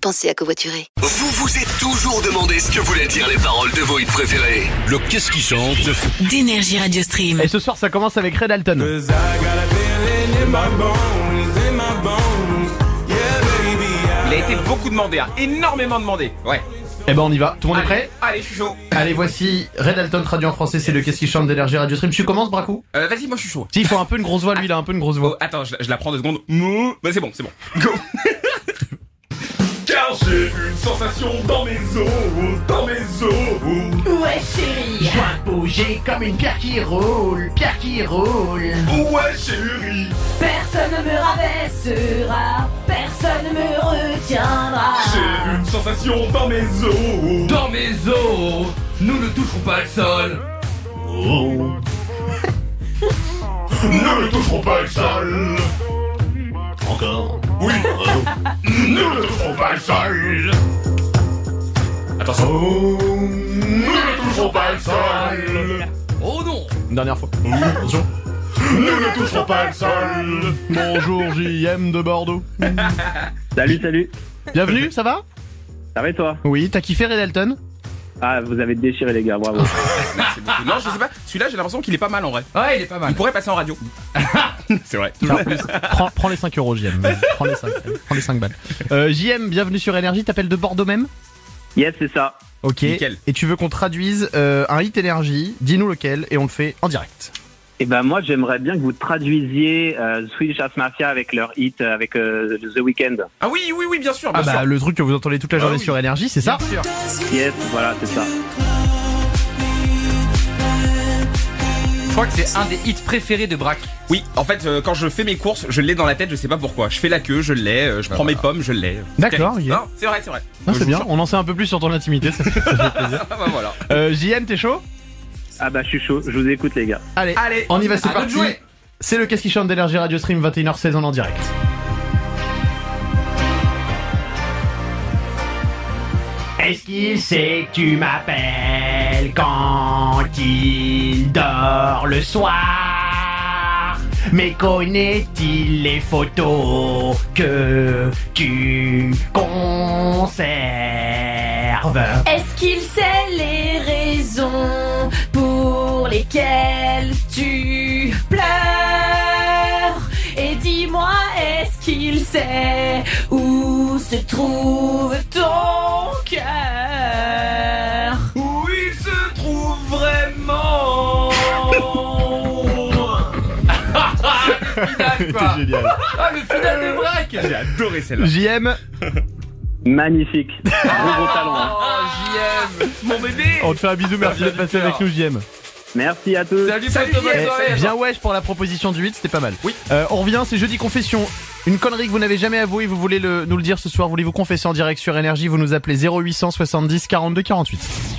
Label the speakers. Speaker 1: Pensez à covoiturer.
Speaker 2: Vous vous êtes toujours demandé ce que voulaient dire les paroles de vos hits préférés.
Speaker 3: Le qu'est-ce qui chante
Speaker 4: d'énergie Radio Stream.
Speaker 5: Et ce soir, ça commence avec Red Alton.
Speaker 6: Cause I got a feeling in my bones, in my bones. Yeah, baby, I
Speaker 7: Il a été beaucoup demandé, hein. énormément demandé. Ouais.
Speaker 5: Eh ben, on y va. Tout le monde est
Speaker 7: Allez,
Speaker 5: prêt
Speaker 7: Allez, je suis chaud.
Speaker 5: Allez, voici Red Alton traduit en français. C'est le qu'est-ce qui chante d'énergie Radio Stream. Tu commences, Bracou
Speaker 7: Euh, Vas-y, moi je suis chaud.
Speaker 5: Si, il faut un peu une grosse voix, lui, il a un peu une grosse
Speaker 7: Oh,
Speaker 5: voix.
Speaker 7: attends, je, la- je la prends deux secondes. Mou. Bah, c'est bon, c'est bon. Go.
Speaker 6: Car j'ai une sensation dans mes os, dans mes os.
Speaker 8: Ouais chérie J'ai comme une pierre qui roule, pierre qui roule
Speaker 6: Ouais, chérie.
Speaker 8: Personne ne me rabaissera, personne ne me retiendra
Speaker 6: J'ai une sensation dans mes os.
Speaker 7: Dans mes os, nous ne toucherons pas le sol.
Speaker 6: Oh. Ne le toucherons pas le sol. Encore. Oui. ne le toucherons pas le sol.
Speaker 7: Attention.
Speaker 6: Oh, ne le toucherons pas le sol.
Speaker 7: Oh non
Speaker 5: Une dernière fois.
Speaker 6: Ne le toucherons pas le sol.
Speaker 5: Bonjour, JM de Bordeaux.
Speaker 9: Salut, salut.
Speaker 5: Bienvenue, ça va
Speaker 9: Ça va et toi
Speaker 5: Oui, t'as kiffé Red Alton
Speaker 9: Ah, vous avez déchiré les gars, bravo.
Speaker 7: Merci beaucoup. Non, je sais pas. Celui-là, j'ai l'impression qu'il est pas mal en vrai.
Speaker 5: Ouais, il est pas
Speaker 7: Ah. Il pourrait passer en radio. c'est vrai.
Speaker 5: Prends, prends les 5 euros, JM. Prends les 5, prends les 5 balles. Euh, JM, bienvenue sur Énergie. T'appelles de Bordeaux même
Speaker 9: Yes, c'est ça.
Speaker 5: Ok.
Speaker 7: Nickel.
Speaker 5: Et tu veux qu'on traduise euh, un hit énergie, dis-nous lequel et on le fait en direct.
Speaker 9: Et ben moi, j'aimerais bien que vous traduisiez euh, Swedish House Mafia avec leur hit, euh, avec euh, The Weeknd.
Speaker 7: Ah oui, oui, oui, bien sûr, bien
Speaker 5: Ah bah
Speaker 7: sûr.
Speaker 5: le truc que vous entendez toute la
Speaker 7: Ah
Speaker 5: journée
Speaker 7: oui.
Speaker 5: sur énergie, c'est ça
Speaker 7: Bien sûr.
Speaker 9: Yes, voilà, c'est ça.
Speaker 10: Je crois que c'est un des hits préférés de Braque.
Speaker 7: Oui, en fait, euh, quand je fais mes courses, je l'ai dans la tête, je sais pas pourquoi. Je fais la queue, je l'ai, euh, je
Speaker 9: Bah
Speaker 7: prends mes pommes, je l'ai.
Speaker 5: D'accord,
Speaker 7: C'est
Speaker 5: yeah.
Speaker 7: Non, c'est vrai, c'est vrai.
Speaker 5: Non,
Speaker 7: Bah, Je
Speaker 5: c'est
Speaker 7: vous
Speaker 5: bien,
Speaker 7: jure.
Speaker 5: on en sait un peu plus sur ton intimité. ça fait-
Speaker 7: Ah bah voilà.
Speaker 5: Euh, JM, t'es chaud
Speaker 9: Ah bah je suis chaud, je vous écoute les gars.
Speaker 5: Allez,
Speaker 7: Allez,
Speaker 5: on y va, c'est
Speaker 7: à nous de
Speaker 5: parti.
Speaker 7: jouer.
Speaker 5: C'est le Qu'est-ce qui chante d'énergie Radio Stream 21h16 en direct.
Speaker 8: Est-ce qu'il sait que tu m'appelles quand il dort le soir Mais connaît-il les photos que tu conserves
Speaker 4: Est-ce qu'il sait les raisons pour lesquelles tu pleures Et dis-moi, est-ce qu'il sait où se trouve ton cœur
Speaker 7: Où il se trouve vraiment
Speaker 5: C'était génial.
Speaker 10: Ah, le final de Braque
Speaker 7: J'ai adoré celle-là.
Speaker 5: JM,
Speaker 9: Magnifique. Gros gros talent. hein.
Speaker 10: Oh,
Speaker 7: Ah, Mon bébé
Speaker 5: on te fait un bisou, merci d'être passé avec nous, JM.
Speaker 9: Merci à tous.
Speaker 10: JM Salut Thomas,
Speaker 5: Eh,
Speaker 10: bonne soirée.
Speaker 5: bien wesh pour la proposition du 8, c'était pas mal.
Speaker 7: Oui.
Speaker 5: Euh, on revient, c'est jeudi confession. Une connerie que vous n'avez jamais avouée, vous voulez le- nous le dire ce soir, vous voulez vous confesser en direct sur énergie, vous nous appelez 0870 42 48.